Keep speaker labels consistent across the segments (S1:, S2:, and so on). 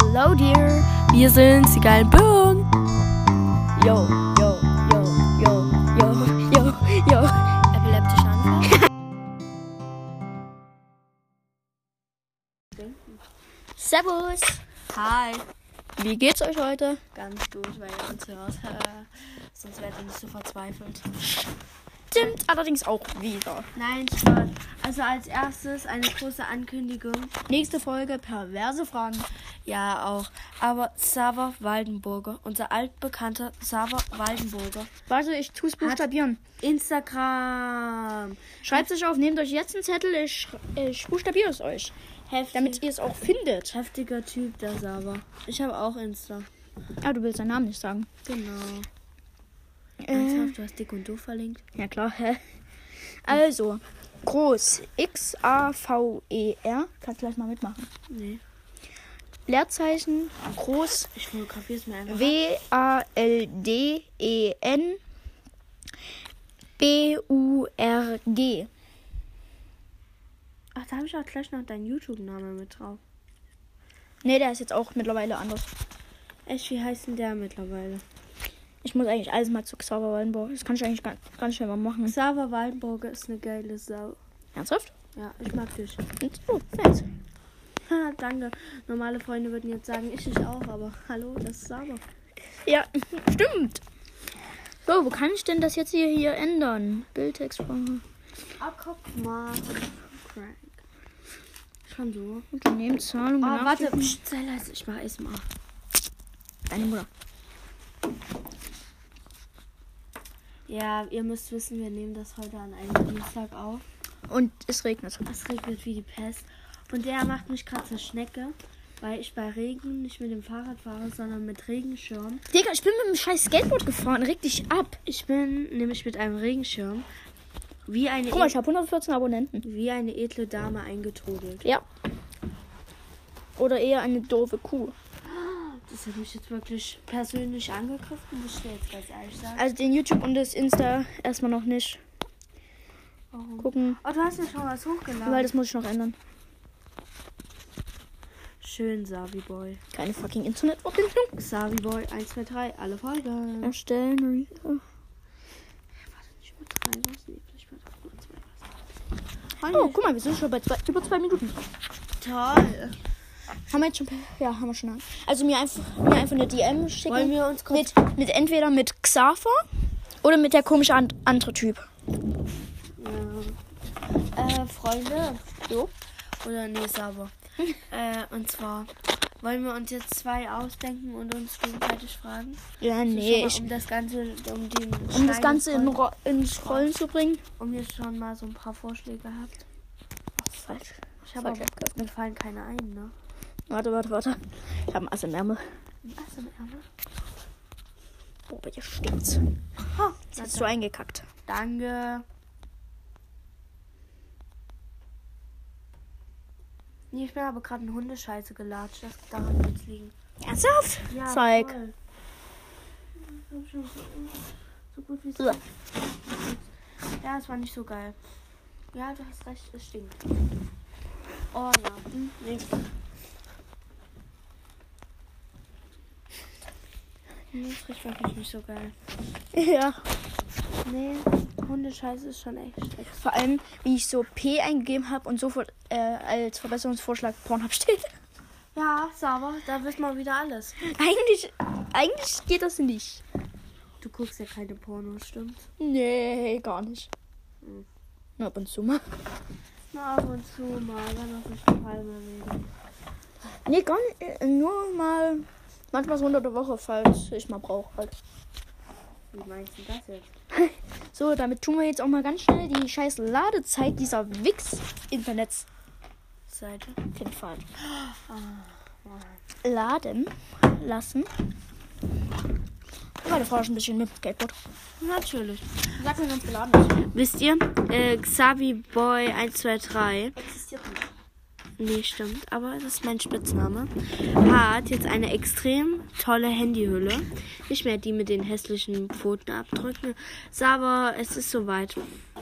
S1: Hello dear, wir sind die geilen Bögen.
S2: Yo, yo, yo, yo, yo, yo, yo.
S1: Epileptischer Anfall.
S2: Servus.
S1: Hi. Wie geht's euch heute?
S2: Ganz gut, weil ihr uns hört. Äh, Sonst wärt ihr nicht so verzweifelt.
S1: Stimmt allerdings auch wieder.
S2: Nein, Spaß. Also als erstes eine große Ankündigung.
S1: Nächste Folge perverse Fragen.
S2: Ja, auch. Aber Sava Waldenburger, unser altbekannter Sava Waldenburger.
S1: Warte, ich tu's buchstabieren.
S2: Instagram.
S1: Schreibt es auf, nehmt euch jetzt einen Zettel, ich, sch- ich buchstabiere es euch.
S2: Heftig.
S1: Damit ihr es auch findet.
S2: Heftiger Typ, der Sava. Ich habe auch Insta.
S1: Ah, du willst seinen Namen nicht sagen.
S2: Genau.
S1: Äh,
S2: du hast dick und doof verlinkt.
S1: ja klar, hä? Also, groß. X-A-V-E-R. E Kannst gleich mal mitmachen.
S2: Nee.
S1: Leerzeichen, groß,
S2: Ich fotografiere es mir einfach.
S1: W-A-L-D-E-N B-U-R-G.
S2: Ach, da habe ich auch gleich noch deinen YouTube-Namen mit drauf.
S1: Ne, der ist jetzt auch mittlerweile anders.
S2: Echt, wie heißt denn der mittlerweile?
S1: Ich muss eigentlich alles mal zu Xaver Wallenburg. Das kann ich eigentlich ganz, ganz schnell mal machen.
S2: Xaver Waldenburger ist eine geile Sau.
S1: Ernsthaft?
S2: Ja, ich mag dich.
S1: Und- Oh, nice.
S2: Ha, danke. Normale Freunde würden jetzt sagen, ich dich auch, aber hallo, das ist Xaver.
S1: Ja, stimmt. So, wo kann ich denn das jetzt hier, hier ändern? Bildtextsprache.
S2: Ah, guck mal. Crank. Schon so.
S1: Unternehmen, Zahlung,
S2: Ah, warte.
S1: Benachrichtigung.
S2: Psst, sei leise, ich mach erstmal.
S1: Deine Mutter.
S2: Ja, ihr müsst wissen, wir nehmen das heute an einem Dienstag auf.
S1: Und es regnet.
S2: Es regnet wie die Pest. Und der macht mich gerade zur Schnecke, weil ich bei Regen nicht mit dem Fahrrad fahre, sondern mit Regenschirm.
S1: Digga, ich bin mit dem scheiß Skateboard gefahren. Reg dich ab.
S2: Ich bin nämlich mit einem Regenschirm wie eine,
S1: Guck mal, ich habe 114 Abonnenten.
S2: wie eine edle Dame eingetrudelt.
S1: Ja. Oder eher eine doofe Kuh.
S2: Das hat mich jetzt wirklich persönlich angegriffen, muss ich dir jetzt ganz ehrlich sagen.
S1: Also den YouTube und das Insta erstmal noch nicht
S2: Warum?
S1: gucken,
S2: Oh, du hast ja schon was
S1: weil
S2: hochgeladen.
S1: das muss ich noch ändern.
S2: Schön, Savi-Boy.
S1: Keine fucking Internetverbindung.
S2: Savi-Boy 123, alle Folgen.
S1: Erstellen.
S2: Ich übertreibe es nicht, ich übertreibe nur zwei.
S1: Oh, guck mal, wir sind schon bei zwei, über zwei Minuten.
S2: Toll.
S1: Haben wir jetzt schon. Ja, haben wir schon. Also mir einfach, mir einfach eine DM schicken.
S2: Wollen wir uns kurz-
S1: Mit, mit entweder mit Xaver oder mit der komische and, andere Typ.
S2: Äh, Freunde. Jo. Oder nee, Sabo. äh, und zwar wollen wir uns jetzt zwei ausdenken und uns gegenseitig fragen.
S1: Ja,
S2: Also
S1: nee,
S2: schon mal,
S1: ich,
S2: um das ganze, um den
S1: um
S2: Stein
S1: das Ganze in,
S2: voll-
S1: Ro ins Rollen zu bringen.
S2: um jetzt schon mal so ein paar Vorschläge habt.
S1: Falsch.
S2: Ich habe
S1: Falsch
S2: aber mir fallen keine ein, ne?
S1: Warte, warte, warte. Ich habe einen Ass im Ärmel.
S2: Was im Ärmel?
S1: Boah, bei dir stinkt's.
S2: Ha,
S1: Jetzt hast du eingekackt.
S2: danke. Nee, ich bin aber gerade in Hundescheiße gelatscht. Das daran wird's liegen.
S1: Ernsthaft?
S2: Ja,
S1: Zeig.
S2: voll. So gut wie
S1: So.
S2: so. Ja, es war nicht so geil. Ja, du hast recht, es stinkt. Oh ja. Hm, nee. Nee, das riecht wirklich nicht so geil.
S1: Ja.
S2: Nee, Hundescheiße ist schon echt schlecht.
S1: Vor allem, wie ich so P eingegeben habe und sofort äh, als Verbesserungsvorschlag Pornhub steht.
S2: Ja, sauber, da wissen wir wieder alles.
S1: Eigentlich, eigentlich geht das nicht.
S2: Du guckst ja keine Pornos, stimmt?
S1: Nee, gar nicht.
S2: Mhm.
S1: Nur ab und zu mal.
S2: Na, ab und zu mal, wenn auf nicht Fall mehr reden.
S1: Nee, gar nicht. äh, Nur mal, manchmal so unter der Woche, falls ich mal brauche. Halt.
S2: Wie meinst du das jetzt?
S1: So, damit tun wir jetzt auch mal ganz schnell die scheiß Ladezeit dieser Wix-Internets
S2: Seite.
S1: hinfahren. Oh, Laden lassen. Warte, fahr ich ein bisschen mit dem Skateboard.
S2: Natürlich.
S1: Sag mir, genau wenn es geladen ist.
S2: Wisst ihr, äh, Xavi Boy 123,
S1: Existiert nicht.
S2: nee, stimmt, aber das ist mein Spitzname, hat jetzt eine extrem tolle Handyhülle. Nicht mehr die mit den hässlichen Pfotenabdrücken. Aber es ist soweit.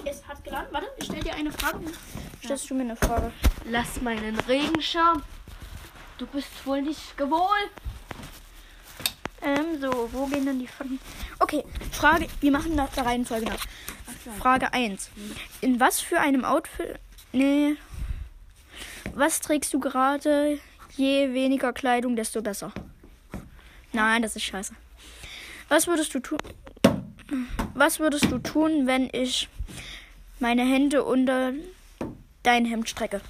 S1: Es hat geladen. Warte, ich stell dir eine Frage. Stellst du mir eine Frage?
S2: Lass meinen Regenschirm
S3: Du bist wohl nicht gewohnt.
S1: Ähm, so, wo gehen denn die Fragen? Okay, Frage, wir machen nach der Reihenfolge nach. Frage 1. In was für einem Outfit. Nee. Was trägst du gerade? Je weniger Kleidung, desto besser. Nein, das ist scheiße. Was würdest du tun? Was würdest du tun, wenn ich meine Hände unter dein Hemd strecke?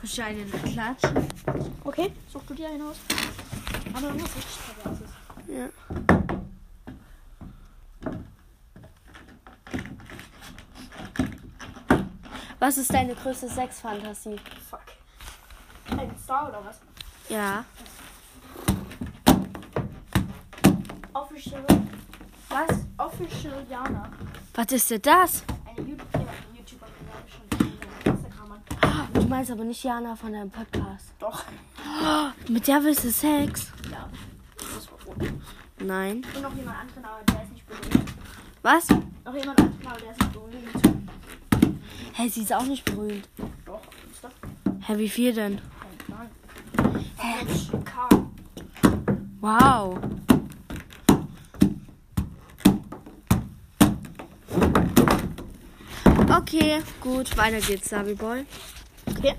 S3: Wahrscheinlich einen Klatschen.
S1: Okay, such du dir einen aus. Aber du musst richtig vergessen.
S2: Ja. Was ist deine größte Sexfantasie?
S1: Fuck. Ein Star oder was?
S2: Ja.
S1: Official. Was? Official Jana.
S2: Was ist denn das?
S1: Eine YouTuber, YouTuberin, glaube ich schon. Instagramer.
S2: Oh, Du meinst aber nicht Jana von deinem Podcast.
S1: Doch.
S2: Oh, Mit der willst du Sex?
S1: Ja. Das war gut. Und
S2: Nein.
S1: noch jemand anderen, aber der ist nicht berühmt.
S2: Was?
S1: Noch jemand anderen, aber der ist nicht berühmt.
S2: Hä, sie ist auch nicht berühmt.
S1: Doch. Ist doch
S2: Hä, wie viel denn?
S1: kein Plan. Hä? K.
S2: Wow. Okay, gut, weiter geht's, Saviboy.
S1: Okay.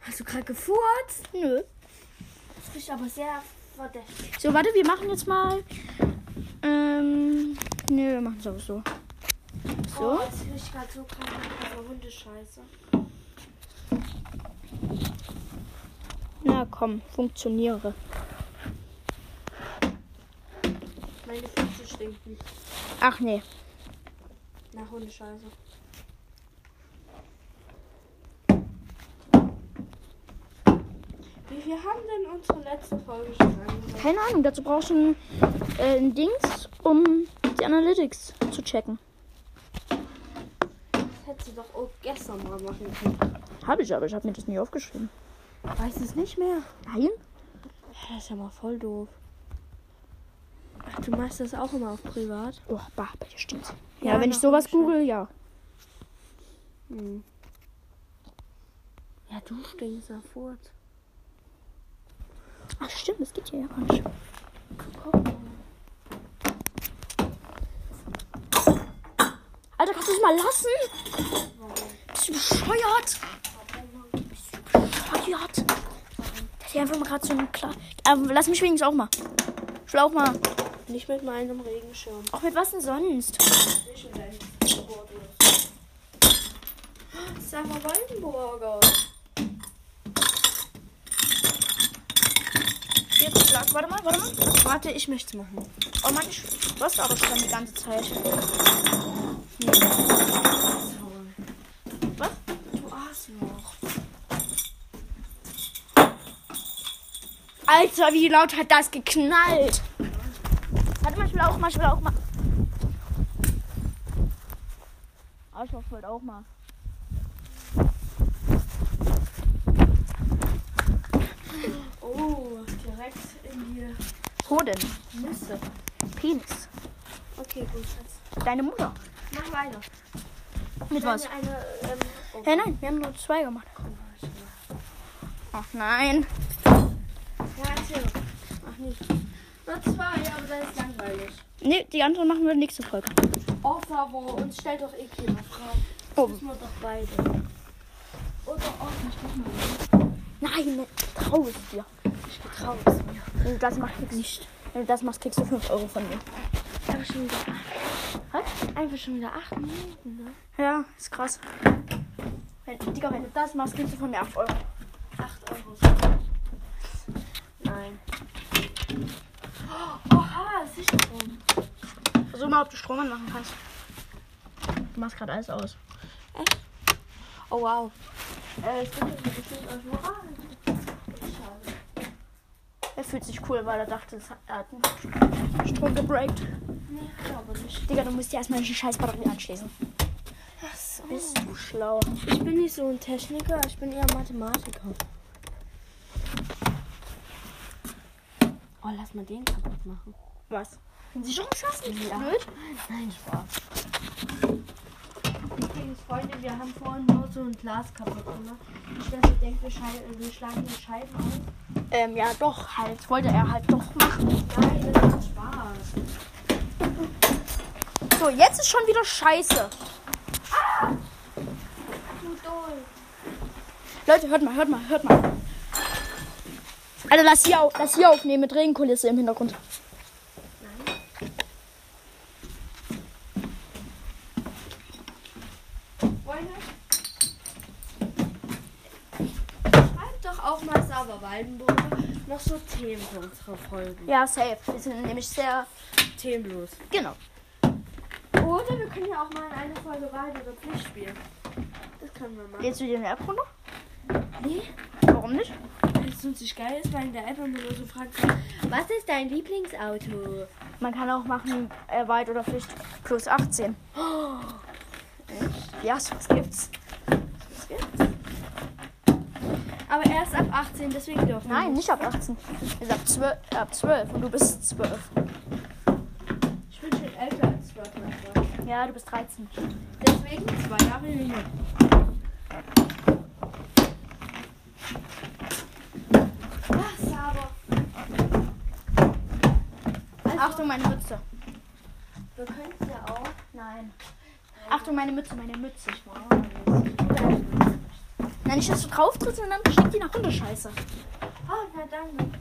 S2: Hast du gerade gefurzt?
S1: Nö.
S3: Das riecht aber sehr verdächtig.
S1: So, warte, wir machen jetzt mal. Ähm. Nö, wir machen es auch so.
S3: Oh,
S1: So.
S3: das riecht gerade so krank nach dieser Hundescheiße.
S1: Na komm, funktioniere.
S3: Meine Füße stinken
S1: Ach nee.
S3: nach Hundescheiße. Wie viel haben denn unsere letzte Folge schon angesagt?
S1: Keine Ahnung, dazu brauchst du ein, äh, ein Dings, um die Analytics zu checken.
S3: Das hättest du doch auch gestern mal machen können.
S1: Habe ich aber, ich habe mir das nie aufgeschrieben.
S2: Weiß es nicht mehr.
S1: Nein?
S2: Das ist ja mal voll doof. Ach, du machst das auch immer auf privat?
S1: Oh, bah, bei dir stinkt's. Ja,
S2: Ja,
S1: wenn ich
S2: nach
S1: sowas
S2: unten.
S1: google, ja.
S2: Ja, du stinkst nach Furz.
S1: Ach stimmt, das geht hier ja gar nicht. Alter, kannst du es mal lassen? Bist du bescheuert? Bist du bescheuert? Der hat hier einfach mal gerade so einen klar. Ähm, lass mich wenigstens auch mal. Ich will auch mal.
S2: Nicht mit meinem Regenschirm.
S1: Auch mit was denn sonst?
S2: Das ist einfach Wolkenburger.
S1: Jetzt Schlag. Warte mal, warte mal.
S2: Warte, ich möchte es machen.
S1: Oh Mann, ich was aber schon die ganze Zeit.
S3: Du Arschloch.
S1: Alter, wie laut hat das geknallt? Warte mal, ich will auch mal, ich will auch mal. Arschloch wollte auch mal.
S3: Oh, direkt in die
S1: Hoden,
S3: Nüsse.
S1: Penis,
S3: Okay, gut, Schatz.
S1: deine Mutter.
S3: Mach weiter.
S1: Mit was?
S3: Eine, ähm, oh,
S1: Ja, nein, wir haben nur zwei gemacht. Ach nein.
S3: warte. Ach nicht. Nur zwei, aber das ist langweilig.
S1: Nee, die anderen machen wir nächste Folge.
S3: Oh, Favo, uns stellt doch eh keine Fragen.
S1: Oh.
S3: Das müssen wir doch beide. Oder auch nicht.
S1: Nein, ne, trau es dir.
S3: Ich vertraue es mir.
S1: Wenn du das machst, kriegst, Nicht. Wenn du das machst, kriegst du 5 Euro von mir.
S2: Einfach schon wieder acht. Einfach schon wieder acht Minuten, ne?
S1: Ja, ist krass. Wenn, Digga, wenn du das machst, kriegst du von mir 8 Euro.
S3: 8 Euro.
S1: Nein.
S2: Oh,
S3: Oha, Sichtstrom.
S1: Versuch mal, ob du Strom anmachen kannst. Du machst gerade alles aus.
S2: Oh wow.
S3: Äh, ich bin nicht mit dem euch Moral. Schade.
S1: Er fühlt sich cool, weil er dachte, es hat- er hat einen Strom gebreakt.
S3: Nee, ich glaube nicht.
S1: Digga, du musst dir erstmal eine scheiß Batterie anschließen.
S3: Ach so.
S1: Bist du schlau?
S2: Ich bin nicht so ein Techniker, ich bin eher Mathematiker. Oh, lass mal den kaputt machen.
S1: Was? Können sie schon schaffen?
S2: Ja.
S1: Blöd?
S2: Nein, Spaß.
S3: Übrigens, Freunde, wir haben vorhin nur so ein Glas kaputt gemacht. Nicht, dass ihr denkt, wir, schei- äh, wir schlagen die Scheiben auf.
S2: Ähm, ja, doch, halt. Wollte er halt doch machen.
S3: Nein, das ist Spaß.
S2: So, jetzt ist schon wieder scheiße.
S3: Ah! Du doll.
S2: Leute, hört mal, hört mal, hört mal. Alter, lass hier, auf, lass hier aufnehmen mit Regenkulisse im Hintergrund.
S3: Freunde, schreibt doch auch mal Sauber Waldenburger noch so Themen für unsere Folgen.
S2: Ja, safe. Wir sind nämlich sehr.
S4: Themenlos.
S2: Genau.
S3: Oder wir können ja auch mal in eine Folge Wahrheit oder Pflicht spielen. Das können wir machen.
S2: Jetzt wieder eine App-Runde?
S3: Nee,
S2: Warum nicht?
S3: weil es uns nicht geil ist, weil in der App immer nur so fragt, was ist dein Lieblingsauto?
S2: Man kann auch machen, äh, weit oder Pflicht plus 18. Ja, sowas gibt's.
S3: Aber erst ab 18, deswegen dürfen wir
S2: Nein, nicht ab 18. Ist ab 12, ab 12 und du bist 12.
S3: Ich bin schon älter als 12 Jahre.
S2: Ja, du bist 13.
S3: Deswegen zwei Jahre jünger. Was aber? Also,
S2: Achtung, meine Mütze.
S3: wir könnten ja auch.
S2: Nein. Achtung, meine Mütze, meine Mütze. Ich brauche Nein, nicht, dass du drauf trittst und dann schickt die nach runter, Scheiße.
S3: Oh, na danke.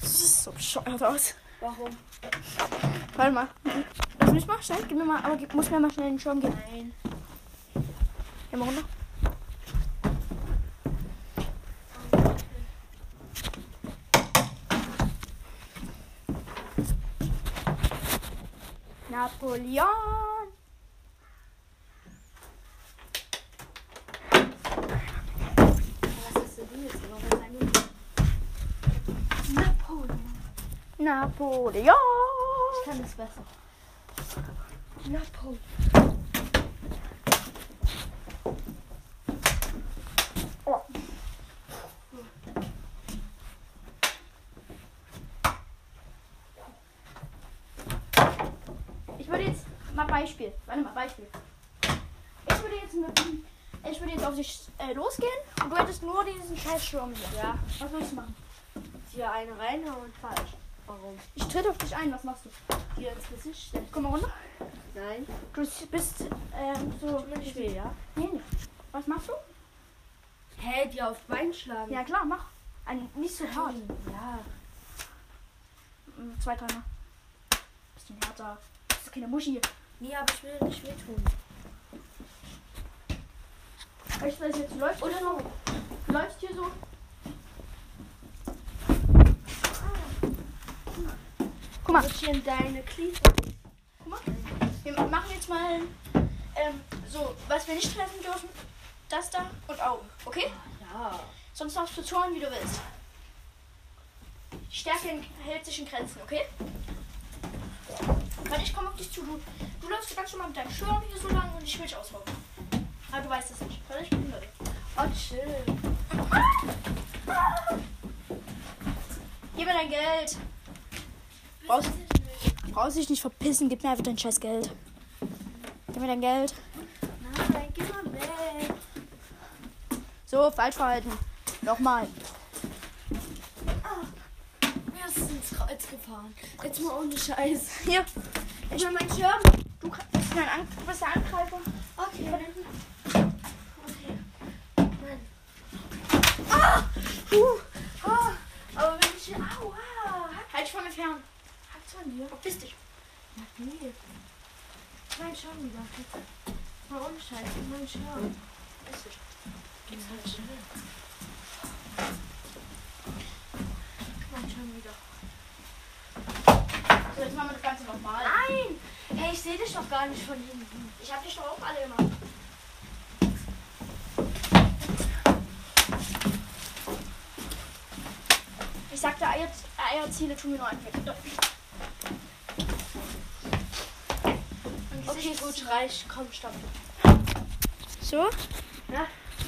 S2: Das sieht so bescheuert aus.
S3: Warum?
S2: Warte mal. Lass mich mal schnell. Gib mir mal, aber gib, muss mir mal schnell den Schirm geben.
S3: Nein.
S2: Geh mal runter. Napoleon.
S3: Was hast du denn jetzt noch was angefangen? Napoleon.
S2: Napoleon.
S3: Ich kann es besser. Napoleon.
S2: Oh. Ich würde jetzt mal Beispiel. Warte mal, Beispiel. Ich würde jetzt mit dem- ich würde jetzt auf dich äh, losgehen und du hättest nur diesen scheiß Schirm hier. Ja. Was soll ich machen?
S3: Dir eine reinhauen, falsch. Warum?
S2: Ich trete auf dich ein, was machst du?
S3: Dir ins Gesicht stellen.
S2: Komm mal runter.
S3: Nein.
S2: Du bist ähm, so.
S3: Ich will, ja?
S2: Nee, nee. Was machst du?
S3: Hä, dir aufs Bein schlagen?
S2: Ja klar, mach. Ein, nicht so hart.
S3: Ja.
S2: Mm, Zwei, dreimal. Bisschen härter. Das ist keine Muschi.
S3: Nee, aber ich will nicht wehtun.
S2: Weißt du, was jetzt läuft?
S3: Oder
S2: so?
S3: so.
S2: Läuft hier so? Guck mal,
S3: Rutsch Ah. in deine Kliefe.
S2: guck mal. Wir machen jetzt mal ähm, so, was wir nicht treffen dürfen. Das da und Augen, okay?
S3: Ja.
S2: Sonst darfst du zorn, wie du willst. Die Stärke in- hält sich in Grenzen, okay? Warte, ich komme auf dich zu. Du, du läufst ganz normal mit deinem Schirm hier so lang und ich will dich ausrauben. Aber du weißt es nicht. Warte, ich bin weg.
S3: Oh, chill.
S2: Gib mir dein Geld. Brauchst, brauchst dich nicht verpissen, gib mir einfach dein scheiß Geld. Gib mir dein Geld.
S3: Nein, geh mal weg.
S2: So, falsch verhalten. Nochmal.
S3: Wir sind Ah, ins Kreuz gefahren. Jetzt mal ohne Scheiß.
S2: Hier,
S3: Ich will meinen Schirm.
S2: du kann- bist, mein An du bist der Angreifer.
S3: Okay. Okay. Mann. Ah! Uh! Oh! Aber wenn ich. Aua!
S2: Halt dich von mir fern.
S3: Hat's von dir?
S2: Verpiss dich.
S3: Nee. Mein Schirm wieder. Mal ohne Scheiß. Mein Schirm.
S2: Verpiss dich.
S3: halt Mein Schirm wieder.
S2: So, Also jetzt machen wir das Ganze nochmal.
S3: Nein! Hey, ich sehe dich doch gar nicht von hinten.
S2: Ich hab dich doch auch alle gemacht. Ich sagte, Eier, Eierziele tun mir nur einen weg.
S3: Okay, gut, reich. Komm, stopp.
S2: So?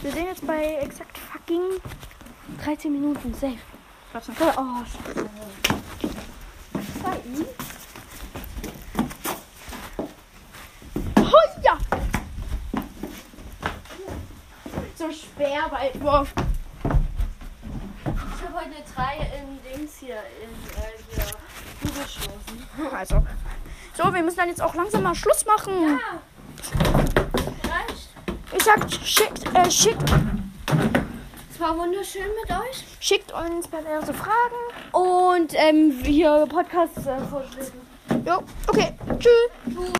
S2: Wir sind jetzt bei exakt fucking 13 Minuten. Safe. Oh, bei ihm?
S1: Oh ja!
S2: So schwer, weil
S1: Boah,
S2: ich habe heute drei in Dings hier, in äh, hier zugestoßen.
S1: also. So, wir müssen dann jetzt auch langsam mal Schluss machen.
S2: Reicht.
S1: Ich sag, schickt, äh, schickt,
S2: Es war wunderschön mit euch.
S1: schickt uns perverse Fragen.
S2: Und ähm, hier Podcasts äh, vorschlägen.
S1: Jo, okay. Tschüss.